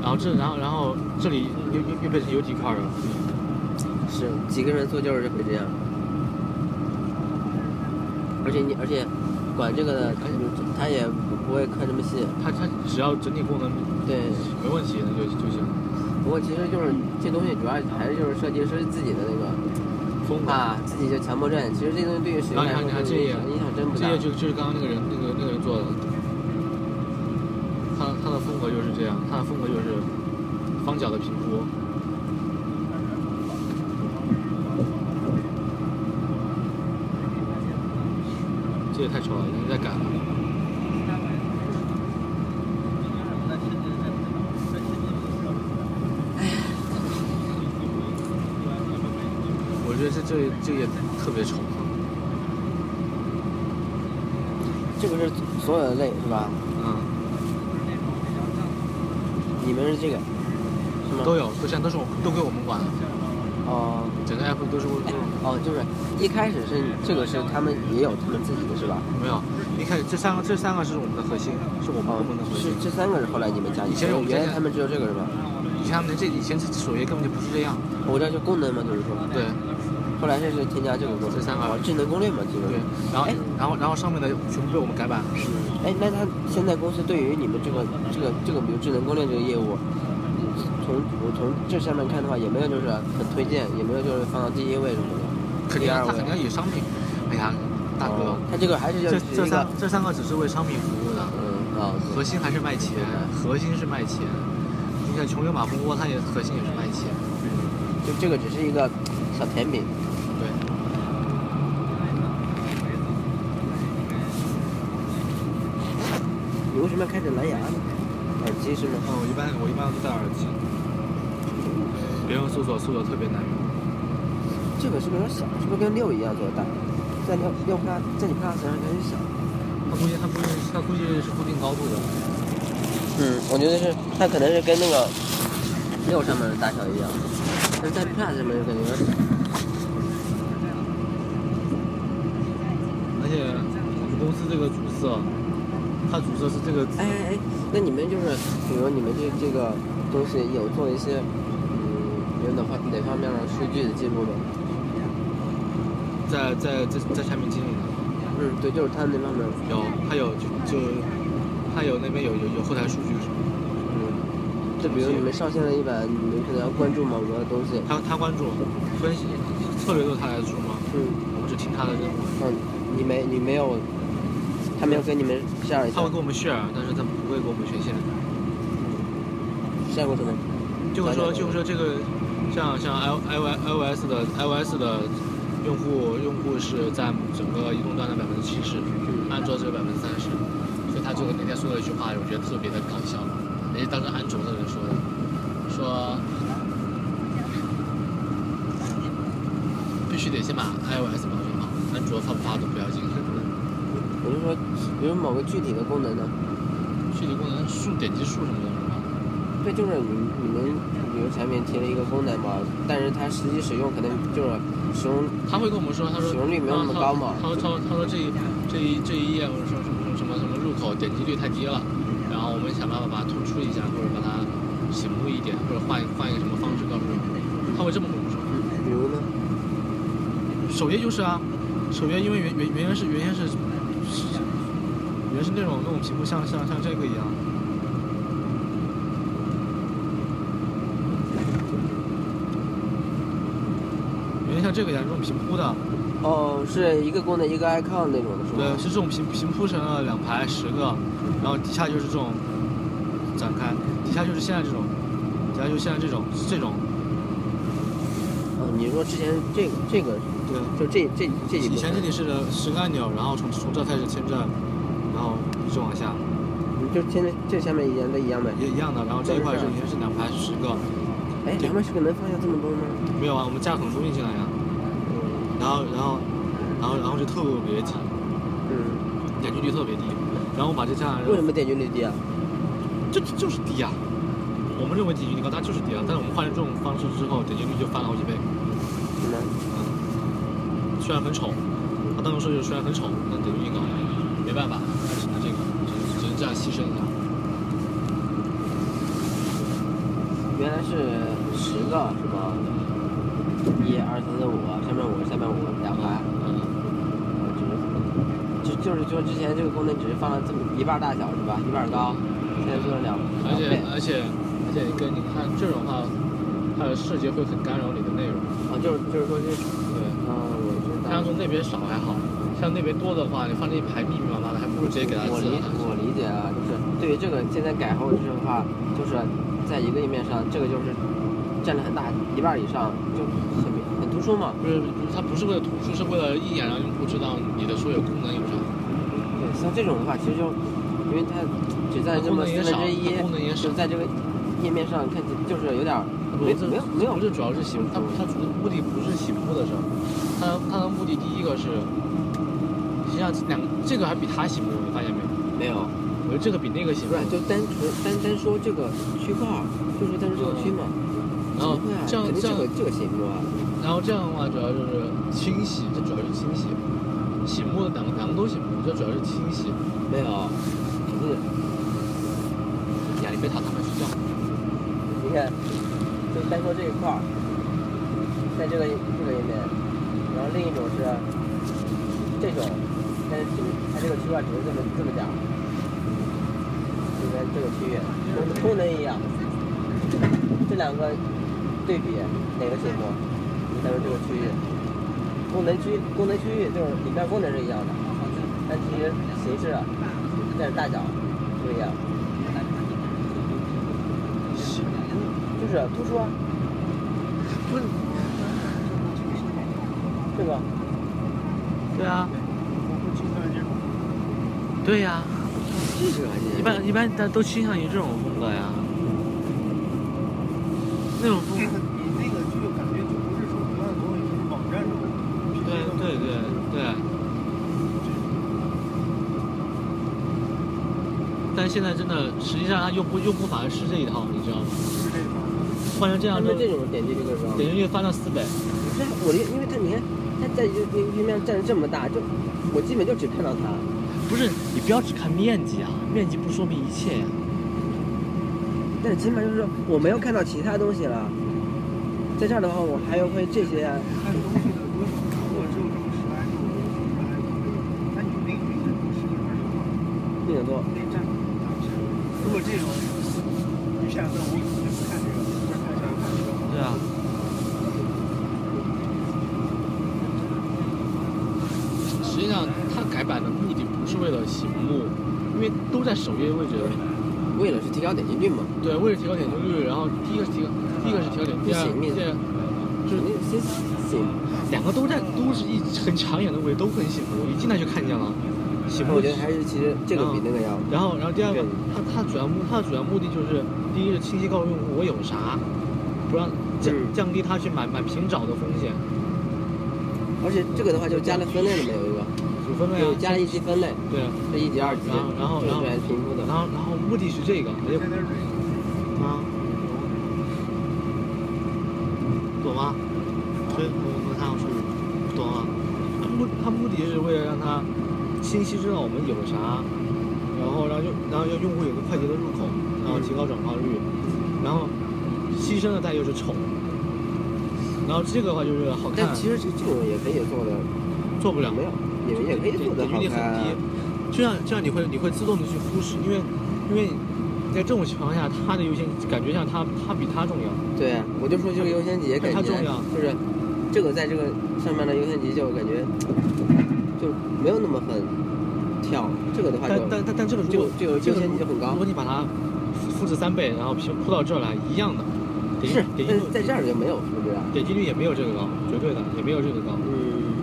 Speaker 1: 然后这然后然后这里又又又变成有几块了，
Speaker 2: 是几个人做就是会这样，而且你而且管这个的，他他也不会看这么细。
Speaker 1: 它它只要整体功能
Speaker 2: 对，
Speaker 1: 没问题，那就就行。
Speaker 2: 不过其实就是这东西主要还是就是设计师自己的那个
Speaker 1: 风格。
Speaker 2: 啊，自己就强迫症。其实这东西对于使用
Speaker 1: 啊然后你
Speaker 2: 来
Speaker 1: 看你看
Speaker 2: 说影
Speaker 1: 这页
Speaker 2: 响影响真不
Speaker 1: 这
Speaker 2: 大
Speaker 1: 些。就就是刚刚那个人那个那个人做的，他他的风格就是这样，他的风格就是方角的平铺。这也太丑了，已经在改了。
Speaker 2: 哎
Speaker 1: 我觉得这这这也特别丑。
Speaker 2: 这个是所有的类是吧？
Speaker 1: 嗯，
Speaker 2: 你们是这个是吗？
Speaker 1: 都有，都现在都是我都归我们管了，
Speaker 2: 哦
Speaker 1: 整个 app 都是我
Speaker 2: 哎
Speaker 1: 都是我们
Speaker 2: 哦，就是一开始是这个是他们也有他们自己的是吧？
Speaker 1: 没有，你看这三个，这三个是我们的核心，是我们部门的核
Speaker 2: 哦是
Speaker 1: 心。
Speaker 2: 这三个是后来你们加进
Speaker 1: 以
Speaker 2: 去
Speaker 1: 前
Speaker 2: 的，
Speaker 1: 我们
Speaker 2: 原
Speaker 1: 现在
Speaker 2: 来他们只有这个是吧？
Speaker 1: 以前他们这以前这首页根本就不是这样。
Speaker 2: 我这就功能嘛，就是说，
Speaker 1: 对
Speaker 2: 后来这是添加这个功能，
Speaker 1: 这三个
Speaker 2: 哦智能攻略嘛，基本
Speaker 1: 对然
Speaker 2: 上。，
Speaker 1: 后
Speaker 2: 哎
Speaker 1: 然后然后上面的全部被我们改版。
Speaker 2: 哎，那他现在公司对于你们这个这个这个，比如智能攻略这个业务，嗯从我从这上面看的话，也没有就是很推荐，也没有就是放到第一位什么的，
Speaker 1: 肯定
Speaker 2: 第
Speaker 1: 啊它
Speaker 2: 二位
Speaker 1: 肯。定要以商品。哎呀，大哥
Speaker 2: 哦，，他这个还是要
Speaker 1: 这
Speaker 2: 是
Speaker 1: 这
Speaker 2: 一个
Speaker 1: 三，这三个只是为商品服务的，
Speaker 2: 嗯啊，
Speaker 1: 核心还是卖钱，核心是卖钱。你看穷游马蜂窝，它也核心也是卖钱。
Speaker 2: 就这个只是一个小甜饼。
Speaker 1: 对。
Speaker 2: 你为什么要开着蓝牙呢？耳机是吗？
Speaker 1: 嗯，我一般我一般都戴耳机，别用搜索，搜索特别难用。
Speaker 2: 这个是不是有点小？是不是跟六一样做的大？在六六 plus 在你 plus 上感觉小。
Speaker 1: 它估计它估计它估计是固定高度的。
Speaker 2: 嗯，我觉得是它可能是跟那个六上面的大小一样，但是在 plus 上面就感觉有点小。
Speaker 1: 而且我们公司这个主色，它主色是这个
Speaker 2: 哎哎哎，那你们就是，比如你们对这个东西有做一些，嗯，有哪方哪方面的数据的记录吗？
Speaker 1: 在在在在产品经理呢，
Speaker 2: 嗯，对，就是他们那方面，
Speaker 1: 有它有就就它有那边有有有后台数据什么
Speaker 2: 嗯，就比如你们上线了一版，你们可能要关注某个东西
Speaker 1: 的，，他他关注分析策略都是他来出吗？
Speaker 2: 嗯，
Speaker 1: 我们只听他的任务，
Speaker 2: 嗯，你没你没有，他没有跟你们 share 一下
Speaker 1: 他会跟我们 share，但是他不会给我们权限。
Speaker 2: ，share 过什么？
Speaker 1: 就会
Speaker 2: 咱俩
Speaker 1: 说
Speaker 2: 都
Speaker 1: 就会说这个像像 i i o i s 的 i o s 的用户用户是占整个移动端的百分之七十，安卓只有百分之三十，所以他就那天说了一句话，我觉得特别的搞笑，也是当时安卓的人说的，说必须得先把 iOS 保证好，安卓发不发都不要紧。
Speaker 2: 我就说，比如某个具体的功能呢？
Speaker 1: 具体功能数点击数什么的是吧？
Speaker 2: 对，就是你们你们比如产品提了一个功能嘛，但是它实际使用可能就是使用
Speaker 1: 他会跟我们说，他说
Speaker 2: 使用率没有那么高嘛
Speaker 1: 他说他说他说这一这一这一页什么什么什么什么入口点击率太低了，然后我们想办法把它突出一下，或者把它醒目一点，或者换一换一个什么方式告诉我们。他会这么跟我们说。
Speaker 2: 嗯，比如呢？
Speaker 1: 首页就是啊，首页因为原原原先是原先是原先是那种那种屏幕像像像这个一样，原先像这个一样这种平铺的。
Speaker 2: 哦，是一个功能一个 icon 那种的是
Speaker 1: 对，
Speaker 2: 吗？
Speaker 1: 是这种平平铺成了两排十个，然后底下就是这种展开，底下就是现在这种，底下就是现在这种是这种，
Speaker 2: 哦，你说之前这个这个
Speaker 1: 对，
Speaker 2: 就这这这一部
Speaker 1: 以
Speaker 2: 分
Speaker 1: 前这里是十个按钮，然后从从这开始签证，然后一直往下
Speaker 2: 你就现在这下面以前的一样呗。
Speaker 1: 也一样的，然后这一块是
Speaker 2: 对
Speaker 1: 以前是两排十个，
Speaker 2: 哎，
Speaker 1: 对
Speaker 2: 咱们是个能放下这么多吗？
Speaker 1: 没有啊，我们架很多东西进来呀，然后然后然后然后就特别低，
Speaker 2: 嗯，
Speaker 1: 点击率特别低，然后我把这架，
Speaker 2: 为什么点击率低啊？
Speaker 1: 这这就是低啊，我们认为点击率高，它就是低啊，但是我们换成这种方式之后，点击率就翻了好几倍。
Speaker 2: 什么？
Speaker 1: 虽然很丑，他当时说就是虽然很丑，但得运高，没办法，但是这个只只能这样牺牲一下。
Speaker 2: 原来是十个是吧？一二三四五，上面五，下面五，两啊排。
Speaker 1: 嗯，
Speaker 2: 只是就就是说之前这个功能只是放了这么一半大小是吧？一半高，现在做了两
Speaker 1: 而
Speaker 2: 两
Speaker 1: 且呃
Speaker 2: 倍。
Speaker 1: 而且而且跟你看这种的话，它的视觉会很干扰你的内容。
Speaker 2: 哦，就是就是说就是，
Speaker 1: 对，
Speaker 2: 嗯，我知道。
Speaker 1: 像从那边少还好，像那边多的话，你放那一排密密麻麻的，还不如直接给它
Speaker 2: 我
Speaker 1: 字
Speaker 2: 理
Speaker 1: 了。
Speaker 2: 我理解啊，就是对于这个现在改后置的话，就是在一个页面上，这个就是占了很大一半以上，就很明很突出嘛。
Speaker 1: 不是不是，它不是为了突出，是为了一眼让用户知道你的所有功能有啥。
Speaker 2: 对，像这种的话，其实就因为它只占这
Speaker 1: 功能
Speaker 2: 么四
Speaker 1: 也
Speaker 2: 分
Speaker 1: 少，
Speaker 2: 之一
Speaker 1: 它，功能也少
Speaker 2: 就。在这个页面上看起就是有点儿
Speaker 1: 不
Speaker 2: 没
Speaker 1: 是
Speaker 2: 没有没有
Speaker 1: 不是主要是醒，它它主要目的不是醒目的事儿，它它的目的第一个是，实际上这两这个还比它醒目，你发现没有？
Speaker 2: 没有。
Speaker 1: 我觉得这个比那个醒目
Speaker 2: 不是，，就单纯单单说这个区块儿，就说单说这个区嘛，
Speaker 1: 然后
Speaker 2: 怎么会啊
Speaker 1: 这样
Speaker 2: 肯定
Speaker 1: 这样
Speaker 2: 这个这个写不啊，
Speaker 1: 然后这样的话主要就是清洗，这主要是清洗，醒目的两个两个都醒目，这主要是清洗。
Speaker 2: 没有，不是，
Speaker 1: 亚历贝塔他们睡觉，
Speaker 2: 你看，就单说这一块儿，在这个这个页面，然后另一种是这种，但是只它这个区块只是这么这么点儿，就在这个区域，功功能一样，这两个对比哪个醒目？你再说这个区域，功能区功能区域就是里面功能是一样的，但其实形式啊，但是大小不一样，就是突出啊，
Speaker 1: 不是
Speaker 2: 对吧？
Speaker 1: 对啊，对呀、
Speaker 2: 这是个环
Speaker 1: 一
Speaker 2: 境。
Speaker 1: 般一般大家都倾向于这种风格呀，那种风，
Speaker 5: 你那个就感觉就不是说同样的东西，就是网站上的。
Speaker 1: 对对对对。但现在真的，实际上他用户用户反而吃这一套，你知道吗？
Speaker 5: 是这种。
Speaker 1: 换成这
Speaker 2: 他
Speaker 1: 样
Speaker 2: 们
Speaker 1: 就
Speaker 2: 这种点击率更高。
Speaker 1: 点击率翻到四倍，
Speaker 2: 这啊我的，因为他你看，他在这那个页面占这么大，就我基本就只看到他。
Speaker 1: 不是你不要只看面积啊，面积不说明一切呀、
Speaker 2: 但起码就是说我没有看到其他东西了。在这儿的话，我还有会这些啊，
Speaker 5: 看东西的多少，如果只有这么十来个，我就十来个，那你那个应该不是一块儿
Speaker 2: 那个多。
Speaker 5: 那站如果这种雨下的，我肯定不看这个，不是看这个看这个。
Speaker 1: 对啊。实际上，它改版的目的不是为了醒目，因为都在首页位置，
Speaker 2: 为了是提高点击率嘛，
Speaker 1: 对，为了提高点击率。然后第一个是提高，第一个是提高点击率，第二
Speaker 2: 不行
Speaker 1: 第二
Speaker 2: 肯定先醒。
Speaker 1: 两个都在都是一很长远的位，都很醒目，一进来就看见了，醒目
Speaker 2: 我觉。得还是其实这个比那个要
Speaker 1: 然后，然后第二个
Speaker 2: 对，
Speaker 1: 它它主要目它的主要目的就是，第一是清晰告诉用户我有啥，不让降
Speaker 2: 嗯
Speaker 1: 降低他去买买平找的风险，
Speaker 2: 而且这个的话就是加了分类了没有一个，
Speaker 1: 有分类嗯
Speaker 2: 有
Speaker 1: 啊，
Speaker 2: 加了一级分类，
Speaker 1: 对啊。
Speaker 2: 这一级、二级，
Speaker 1: 然后然后然后
Speaker 2: 来评估的。
Speaker 1: 然后然后目的是这个，而且啊，懂吗？所以我我看我说不懂啊。他目他目的是为了让他清晰知道我们有啥，然后让用然后让用户有个快捷的入口，然后提高转化率，然后牺牲的代价就是丑。然后这个的话就是好看
Speaker 2: 但，其实这这种也可以做的，
Speaker 1: 做嗯不了。
Speaker 2: 没有，你们也可以做
Speaker 1: 点
Speaker 2: 的
Speaker 1: 击
Speaker 2: 好
Speaker 1: 率很
Speaker 2: 看啊。
Speaker 1: 低，这样这样你会你会自动的去忽视，因为因为你在这种情况下，他的优先感觉上他他比他重要，
Speaker 2: 对，啊我就说这个优先级感
Speaker 1: 它
Speaker 2: 觉
Speaker 1: 重要
Speaker 2: 啊就是这个在这个上面的优先级就感觉就没有那么很跳，这个的话
Speaker 1: 但
Speaker 2: 就
Speaker 1: 但但但这个如
Speaker 2: 这
Speaker 1: 果
Speaker 2: 个这个
Speaker 1: 这
Speaker 2: 优
Speaker 1: 个
Speaker 2: 先级就很
Speaker 1: 如
Speaker 2: 高
Speaker 1: 果。你把它复复制三倍，然后平铺到这儿来一样的，点
Speaker 2: 是，
Speaker 1: 击点
Speaker 2: 但是
Speaker 1: 击率
Speaker 2: 在这儿就没有复制啊。
Speaker 1: 点击率也没有这个高，绝对的也没有这个高，
Speaker 2: 嗯，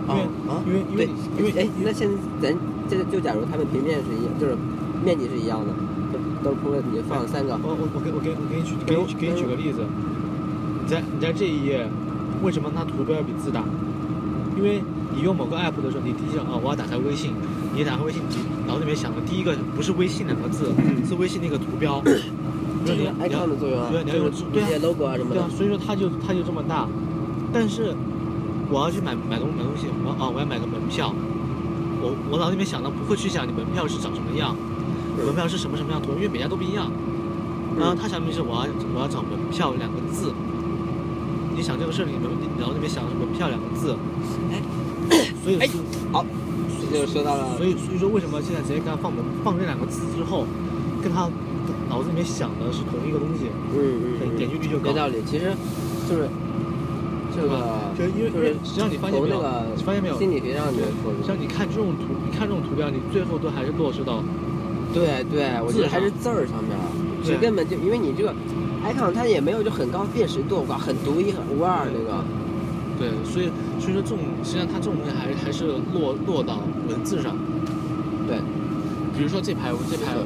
Speaker 1: 因为
Speaker 2: 哦啊，
Speaker 1: 因为因为
Speaker 2: 对
Speaker 1: 因为
Speaker 2: 哎，那现在咱这就假如他们平面是一样，就是面积是一样的，都都是铺了你就放三个，
Speaker 1: 哦我我我给我给我给你举给你举给你举个例子，你在你在这一页，为什么它图标要比字大？因为你用某个 app 的时候，你第一想啊、我要打开微信，你打开微信，你脑子里面想的第一个不是微信两个字，是微信那个图标，
Speaker 2: 嗯这
Speaker 1: 你
Speaker 2: 是
Speaker 1: 要你要
Speaker 2: icon 的作用啊
Speaker 1: 对，你要
Speaker 2: 就
Speaker 1: 用
Speaker 2: 是
Speaker 1: 对
Speaker 2: 这
Speaker 1: 啊
Speaker 2: 些 logo 啊什么
Speaker 1: 对
Speaker 2: 的
Speaker 1: 啊，，所以说它就它就这么大，但是我要去买买东买东西，我要啊我要买个门票，我我脑子里面想的不会去想你门票是长什么样，门票是什么什么样图，因为每家都不一样。然后他想的是我要我要找门票两个字，你想这个事儿，你们你脑子里面想的是门票两个字，哎，所以
Speaker 2: 哎呃
Speaker 1: 说
Speaker 2: 就说到了
Speaker 1: 所以所以说为什么现在直接给他放门放这两个字之后，跟他脑子里面想的是同一个东西，
Speaker 2: 嗯嗯嗯，
Speaker 1: 点击率就高
Speaker 2: 没。道理，其实就是
Speaker 1: 对
Speaker 2: 这个
Speaker 1: 吧？就因为因
Speaker 2: 就
Speaker 1: 为
Speaker 2: 是
Speaker 1: 实际上你发现
Speaker 2: 从
Speaker 1: 没
Speaker 2: 那
Speaker 1: 有，
Speaker 2: 个
Speaker 1: 你发现没有，
Speaker 2: 心理学上你说的，
Speaker 1: 像你看这种图，你看这种图标，你最后都还是落实到
Speaker 2: 对对，我觉得还是字儿上面，
Speaker 1: 对
Speaker 2: 是根本就因为你这个 icon 它也没有就很高辨识度，哇很独一很无二那个，
Speaker 1: 对，所以所以说这种实际上它这种东西还是还是落落到文字上。
Speaker 2: 对，
Speaker 1: 比如说这排我这排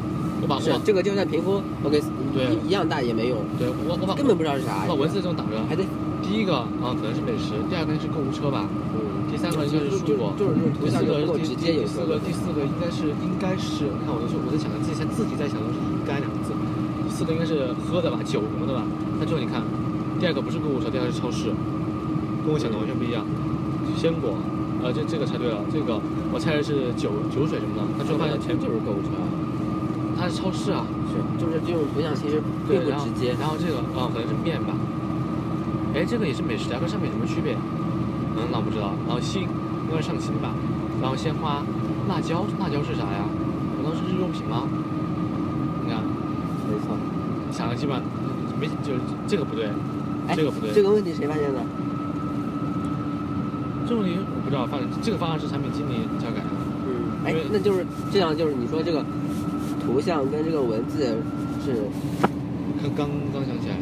Speaker 1: 我把我
Speaker 2: 是
Speaker 1: 把
Speaker 2: 这个就算平铺我给
Speaker 1: 对
Speaker 2: 一一样大也没用，
Speaker 1: 对我我把
Speaker 2: 根本不知道是啥
Speaker 1: 我，把文字这种打着，
Speaker 2: 还得
Speaker 1: 第一个啊可能是美食，第二个是购物车吧，
Speaker 2: 嗯，
Speaker 1: 第三个
Speaker 2: 就
Speaker 1: 就是
Speaker 2: 就
Speaker 1: 蔬果。
Speaker 2: 就是这种
Speaker 1: 第
Speaker 2: 图
Speaker 1: 四
Speaker 2: 像就
Speaker 1: 个
Speaker 2: 不够
Speaker 1: 第
Speaker 2: 直接有
Speaker 1: 第四个，第四个应该是应该是，你看我的时候我在想自己自己在想的是应该两个字，第四个应该是喝的吧，酒什么的吧。但最后你看，第二个不是购物车，第二个是超市，跟我想的完全不一样。鲜果，呃，这这个猜对了，这个我猜的是酒酒水什么的，但最后发现全
Speaker 2: 就是购物车，
Speaker 1: 它是超市啊，
Speaker 2: 是就是这种图像其实
Speaker 1: 对
Speaker 2: 并，不
Speaker 1: 然后
Speaker 2: 直接，
Speaker 1: 然后这个哦，可能是面吧。哎，这个也是美食啊，跟上面有什么区别？嗯，那我不知道。然后心，应该是上心吧。然后鲜花、辣椒，辣椒是啥呀？难道是日用品吗？你看，
Speaker 2: 没错，
Speaker 1: 想了基本上没，就是这个不对，
Speaker 2: 哎
Speaker 1: 这个不对。
Speaker 2: 这个问题谁发现的？
Speaker 1: 这个问题我不知道，反正这个方案是产品经理教改的。
Speaker 2: 嗯，哎
Speaker 1: 因为，
Speaker 2: 那就是这样，就是你说这个图像跟这个文字是，
Speaker 1: 刚刚想起来。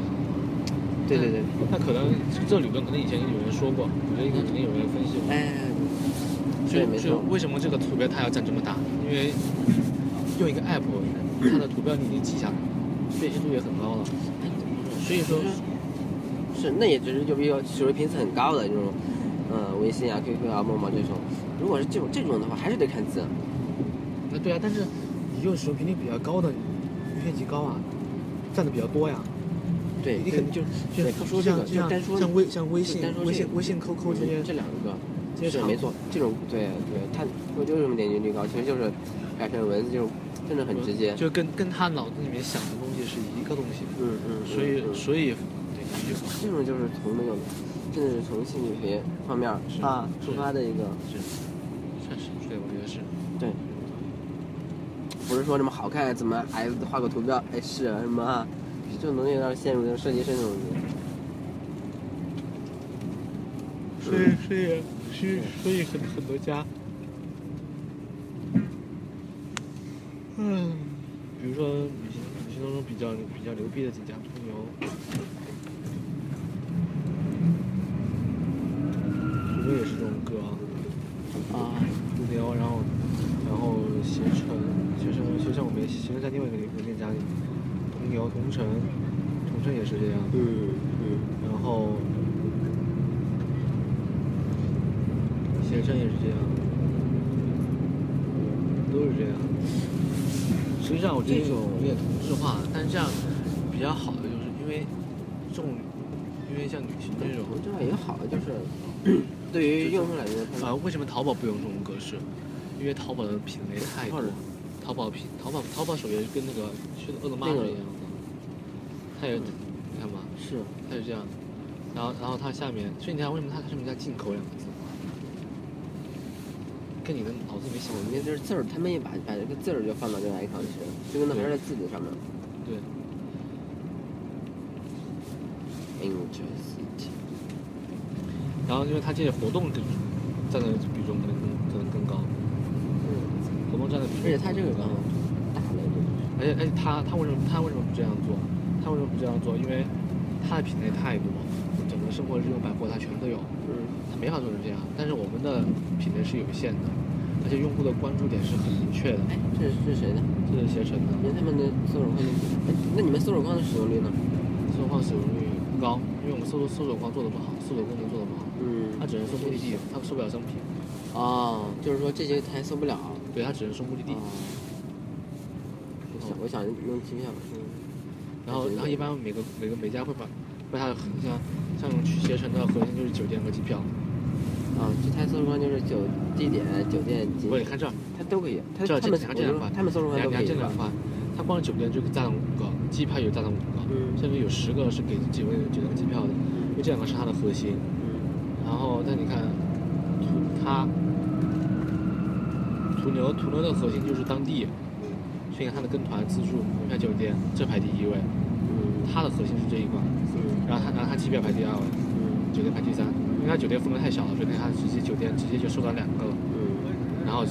Speaker 2: 对对对，
Speaker 1: 那可能这理论可能以前有人说过，我觉得应该肯定有人分析过。
Speaker 2: 哎，
Speaker 1: 所
Speaker 2: 对，
Speaker 1: 以
Speaker 2: 没
Speaker 1: 所以
Speaker 2: 错，
Speaker 1: 为什么这个图标它要占这么大？因为用一个 app，它的图标你已经记下来，辨识度也很高了。所以说，
Speaker 2: 是，那也只是就比较水平是很高的这种，嗯，微信啊、QQ 啊、陌陌这种。如果是这种这种的话，还是得看字。
Speaker 1: 那对啊，但是你用使用频率比较高的，片级高啊，占的比较多呀。
Speaker 2: 哎对，
Speaker 1: 你肯定就就
Speaker 2: 对不说这
Speaker 1: 像
Speaker 2: 个就
Speaker 1: 像
Speaker 2: 单说
Speaker 1: 像微像微
Speaker 2: 就
Speaker 1: 信
Speaker 2: 单说
Speaker 1: 微
Speaker 2: 这
Speaker 1: 信
Speaker 2: 个
Speaker 1: 微信 QQ 这些
Speaker 2: 这两个
Speaker 1: 这些
Speaker 2: 是
Speaker 1: 场
Speaker 2: 没错，这种对对，它说就是这么点击率高，其实就是改成文字，就是真的很直接。
Speaker 1: 就跟跟他脑子里面想的东西是一个东西，
Speaker 2: 嗯嗯，
Speaker 1: 所以
Speaker 2: 嗯嗯
Speaker 1: 所以对你就
Speaker 2: 这种就是从那个，真的是从兴趣学方面
Speaker 1: 是
Speaker 2: 啊
Speaker 1: 是
Speaker 2: 出发的一个，
Speaker 1: 确实对，我觉得是。
Speaker 2: 对，不是说什么好看怎么哎画个图标哎是啊什么啊，这种东西让陷入这种设计师那种
Speaker 1: 所以所以所以所以很很多家，嗯，比如说旅行旅行当中比较比较牛逼的几家途牛，途牛也是这种歌啊，啊，途牛，然后然后携程，携程携程我们也携程在另外一个邮件夹里，途牛同城，同城也是这样，
Speaker 2: 嗯嗯
Speaker 1: 然后携程也是这样，都是这样。实际上，我觉得这种有点同质化，但这样比较好的就是因为这种，因为像旅行这种，
Speaker 2: 这样也好，就是 对于用户来说，
Speaker 1: 反而呃为什么淘宝不用这种格式？因为淘宝的品类太多
Speaker 2: 或者，
Speaker 1: 淘宝品淘宝淘宝首页跟那个去饿了么
Speaker 2: 那个
Speaker 1: 一样的，它也你看吧，
Speaker 2: 是哦
Speaker 1: 它是这样，然后然后它下面，所以你看为什么它它上面加进口两个字？跟你的脑子没想
Speaker 2: 我
Speaker 1: 过
Speaker 2: 们那就是字儿，他们也把把这个字儿就放到这个 icon 去，就跟那还是在字体上面。
Speaker 1: 对，
Speaker 2: English City，
Speaker 1: 然后因为它这些活动跟占的比重可能更可能更高，
Speaker 2: 嗯，
Speaker 1: 活动占的比重
Speaker 2: 而且它这个
Speaker 1: 更
Speaker 2: 刚
Speaker 1: 高
Speaker 2: 好大了这个。
Speaker 1: 而且而且哎他他为什么他为什么不这样做？他为什么不这样做？因为他的品类太多，整个生活日用百货它全都有，
Speaker 2: 嗯
Speaker 1: 他没法做成这样。但是我们的品类是有限的，而且用户的关注点是很明确的，，
Speaker 2: 哎，这是这是谁的？
Speaker 1: 这是携程的。
Speaker 2: 你看他们的搜索框的，哎，那你们搜索框的使用率呢？
Speaker 1: 搜索框使用率不高，因为我们搜索搜索框做的不好，搜索功能做的不好，
Speaker 2: 嗯
Speaker 1: 它只能搜目的地，它搜不了商品，
Speaker 2: 哦，就是说这些还搜不了。
Speaker 1: 对，它只能搜目的地。
Speaker 2: 哦，我想我想用机票，嗯，
Speaker 1: 然后，然后一般每个每个每家会把，把它的横向，像去携程的核心就是酒店和机票。
Speaker 2: 啊，这它搜索框就是酒地点、酒店、景
Speaker 1: 不，你看这儿，
Speaker 2: 它都可以，它
Speaker 1: 这
Speaker 2: 他们
Speaker 1: 这
Speaker 2: 我
Speaker 1: 这
Speaker 2: 就
Speaker 1: 两
Speaker 2: 说
Speaker 1: 块
Speaker 2: 他们搜索
Speaker 1: 你
Speaker 2: 框
Speaker 1: 看你
Speaker 2: 都可
Speaker 1: 看
Speaker 2: 以
Speaker 1: 这两
Speaker 2: 吧。
Speaker 1: 块，它光酒店就占了五个，机票也占了五个，
Speaker 2: 嗯
Speaker 1: 甚至有十个是给酒店酒店和机票的，因为这两个是它的核心。
Speaker 2: 嗯
Speaker 1: 然后，但你看，途它，途牛途牛的核心就是当地，所以看它的跟团自助、门票酒店这排第一位，
Speaker 2: 嗯
Speaker 1: 它的核心是这一块，
Speaker 2: 嗯
Speaker 1: 然后它然后它机票排第二位，
Speaker 2: 嗯
Speaker 1: 酒店排第三，因为它酒店分量太小了，所以它直接酒店直接就收到两个了，
Speaker 2: 嗯
Speaker 1: 然后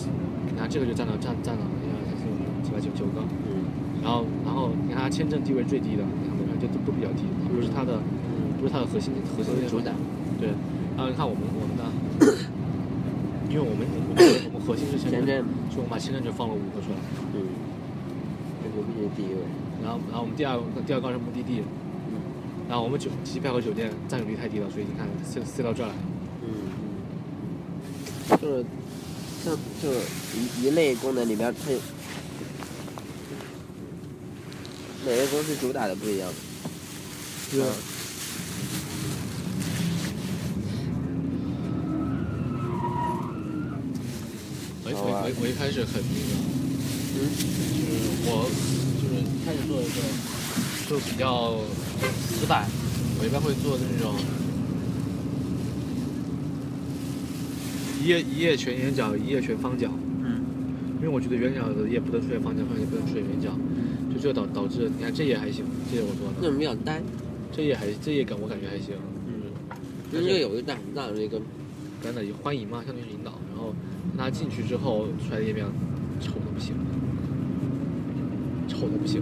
Speaker 1: 然后这个就占了占占了一二三四五六七八九九个，
Speaker 2: 嗯
Speaker 1: 然后然后你看它签证地位最低的，你看门票就都都比较低，它不是它的
Speaker 2: 嗯，
Speaker 1: 不是它的核心核心
Speaker 2: 都是主打。
Speaker 1: 对，然后你看我们我们的， 因为我们我们我们核心是签
Speaker 2: 签
Speaker 1: 证，
Speaker 2: 证，
Speaker 1: 所以我们把签证就放了五个出来，
Speaker 2: 嗯，这个必须第一位。
Speaker 1: 然后然后我们第二个第二高是目的地，
Speaker 2: 嗯
Speaker 1: 然后我们酒机票和酒店占有率太低了，所以你看塞塞到这儿来，
Speaker 2: 嗯，就是像就是一一类功能里边，它有每个公司主打的不一样。
Speaker 1: 对
Speaker 2: 啊
Speaker 1: 我一
Speaker 2: 好玩
Speaker 1: 我一我一开始很那个。
Speaker 2: 嗯
Speaker 1: 就是我就是一开始做的时候就比较死板，我一般会做那种一页一页全圆角，一页全方角。
Speaker 2: 嗯
Speaker 1: 因为我觉得圆角的也不能出现方角，方角也不能出现圆角，
Speaker 2: 嗯
Speaker 1: 就这导导致你看这页还行，这页我做
Speaker 2: 那
Speaker 1: 的，
Speaker 2: 种比较单，
Speaker 1: 这页还这页感我感觉还行，
Speaker 2: 嗯，
Speaker 1: 但
Speaker 2: 那
Speaker 1: 是
Speaker 2: 就有一个大大的一个，
Speaker 1: 干的欢迎嘛，相当于是引导，然后让他进去之后出来的页面丑的不行，丑的不行。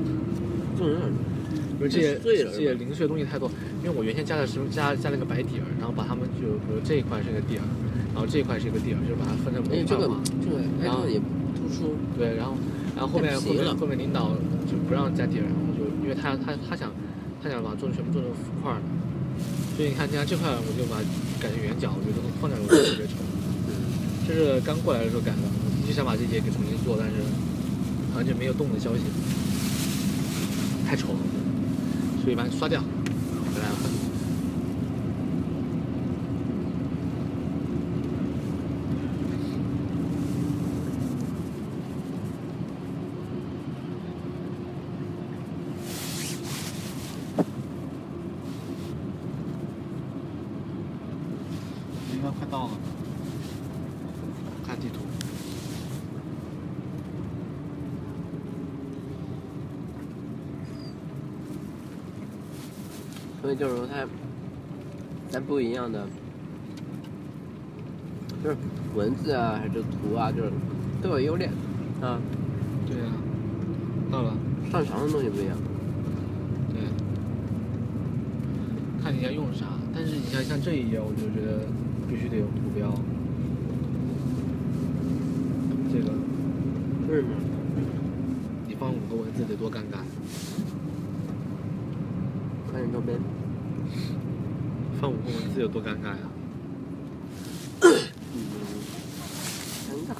Speaker 2: 就是有点
Speaker 1: 因为这些
Speaker 2: 就碎了
Speaker 1: 这
Speaker 2: 是吧
Speaker 1: 些零碎的东西太多，因为我原先加的是加加了个白底儿，然后把它们就比如这一块是一个底儿，然后这一块是一个底儿，就是把它分成模
Speaker 2: 哎，这
Speaker 1: 块
Speaker 2: 个
Speaker 1: 化。
Speaker 2: 这个
Speaker 1: 然后
Speaker 2: icon 也不突出，
Speaker 1: 对，然后然后后面后
Speaker 2: 太皮了
Speaker 1: 面后面领导就不让加底儿，然后就因为他他他想他想把做全部做成浮块儿的，所以你看，像这块我就把改成圆角，我觉得放在我觉得特别丑。这是刚过来的时候改的，我一直想把这节给重新做，但是好像就没有动的消息，太丑了，所以把它刷掉，回来换。
Speaker 5: 应该快到了。
Speaker 1: 看地图。
Speaker 2: 所以就是说它，在不一样的，就是文字啊，还是图啊，就是都有优劣啊，
Speaker 1: 对啊，到了。
Speaker 2: 擅长的东西不一样。
Speaker 1: 对，看你要用啥。但是你像像这一页，我就觉得必须得有图标。这个
Speaker 2: 嗯，
Speaker 1: 你放五个文字得多尴尬，
Speaker 2: 看你周边，
Speaker 1: 放五个文字有多尴尬呀、
Speaker 2: 嗯，尴尬。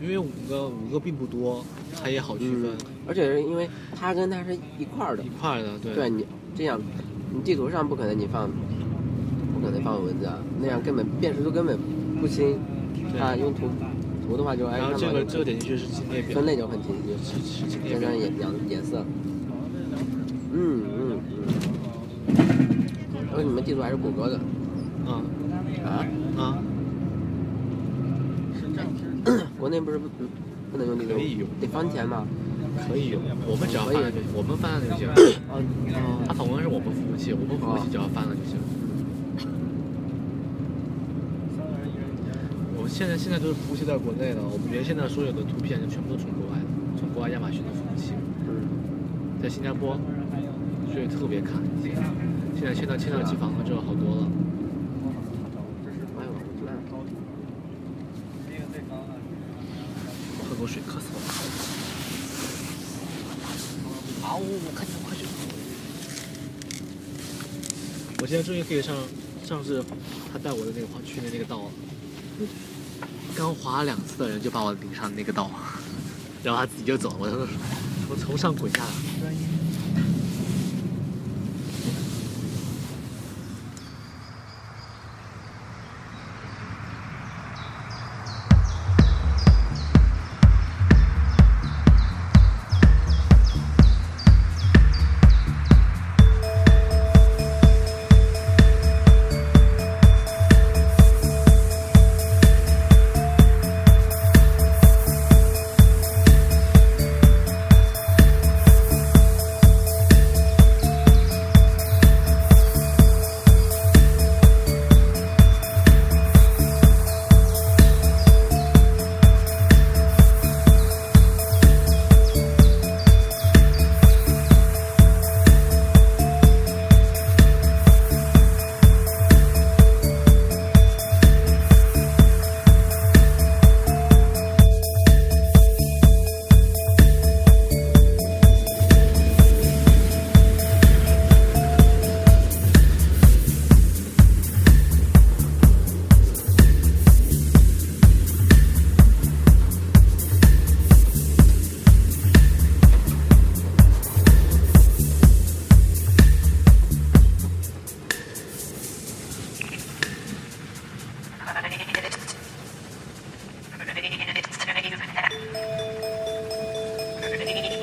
Speaker 1: 因为五个五个并不多，它也好区分，
Speaker 2: 而且是因为它跟嗯它是一块儿的
Speaker 1: 一，块儿的对。
Speaker 2: 对你这样，你地图上不可能你放，不可能放文字啊，那样根本辨识度根本不清。
Speaker 1: 对
Speaker 2: 啊，用图图的话就哎，
Speaker 1: 然后
Speaker 2: 看
Speaker 1: 这
Speaker 2: 到
Speaker 1: 个
Speaker 2: 就
Speaker 1: 这个点进去是进列表
Speaker 2: 分，类就很清晰，
Speaker 1: 是是进列
Speaker 2: 加
Speaker 1: 表
Speaker 2: 上。颜颜颜色。嗯嗯嗯。然后你们地图还是谷歌的
Speaker 1: 啊
Speaker 2: 啊？
Speaker 1: 啊，
Speaker 2: 国内不是不不不能用地
Speaker 1: 可以
Speaker 2: 图，
Speaker 1: 用，
Speaker 2: 得翻钱嘛？
Speaker 1: 可以用。我们只要
Speaker 2: 可以
Speaker 1: 翻了就行，我们翻了就行。
Speaker 2: 哦哦
Speaker 1: 它访问是我们服务器，我们服务器只要翻了就行。我们现在现在都是服务器在国内了，我们原先的所有的图片就全部都从国外的，从国外亚马逊的服务器，
Speaker 2: 嗯，
Speaker 1: 在新加坡，所以特别卡。现在现在现在机房了之后好多了，
Speaker 2: 哎呦，我的妈
Speaker 1: 喝口水，渴死我了。啊呜！我看见快去！我现在终于可以上上次他带我的那个滑去的那个道了，刚滑两次的人就把我领上那个道，然后他自己就走，我从从从上滚下来。
Speaker 6: Thank you.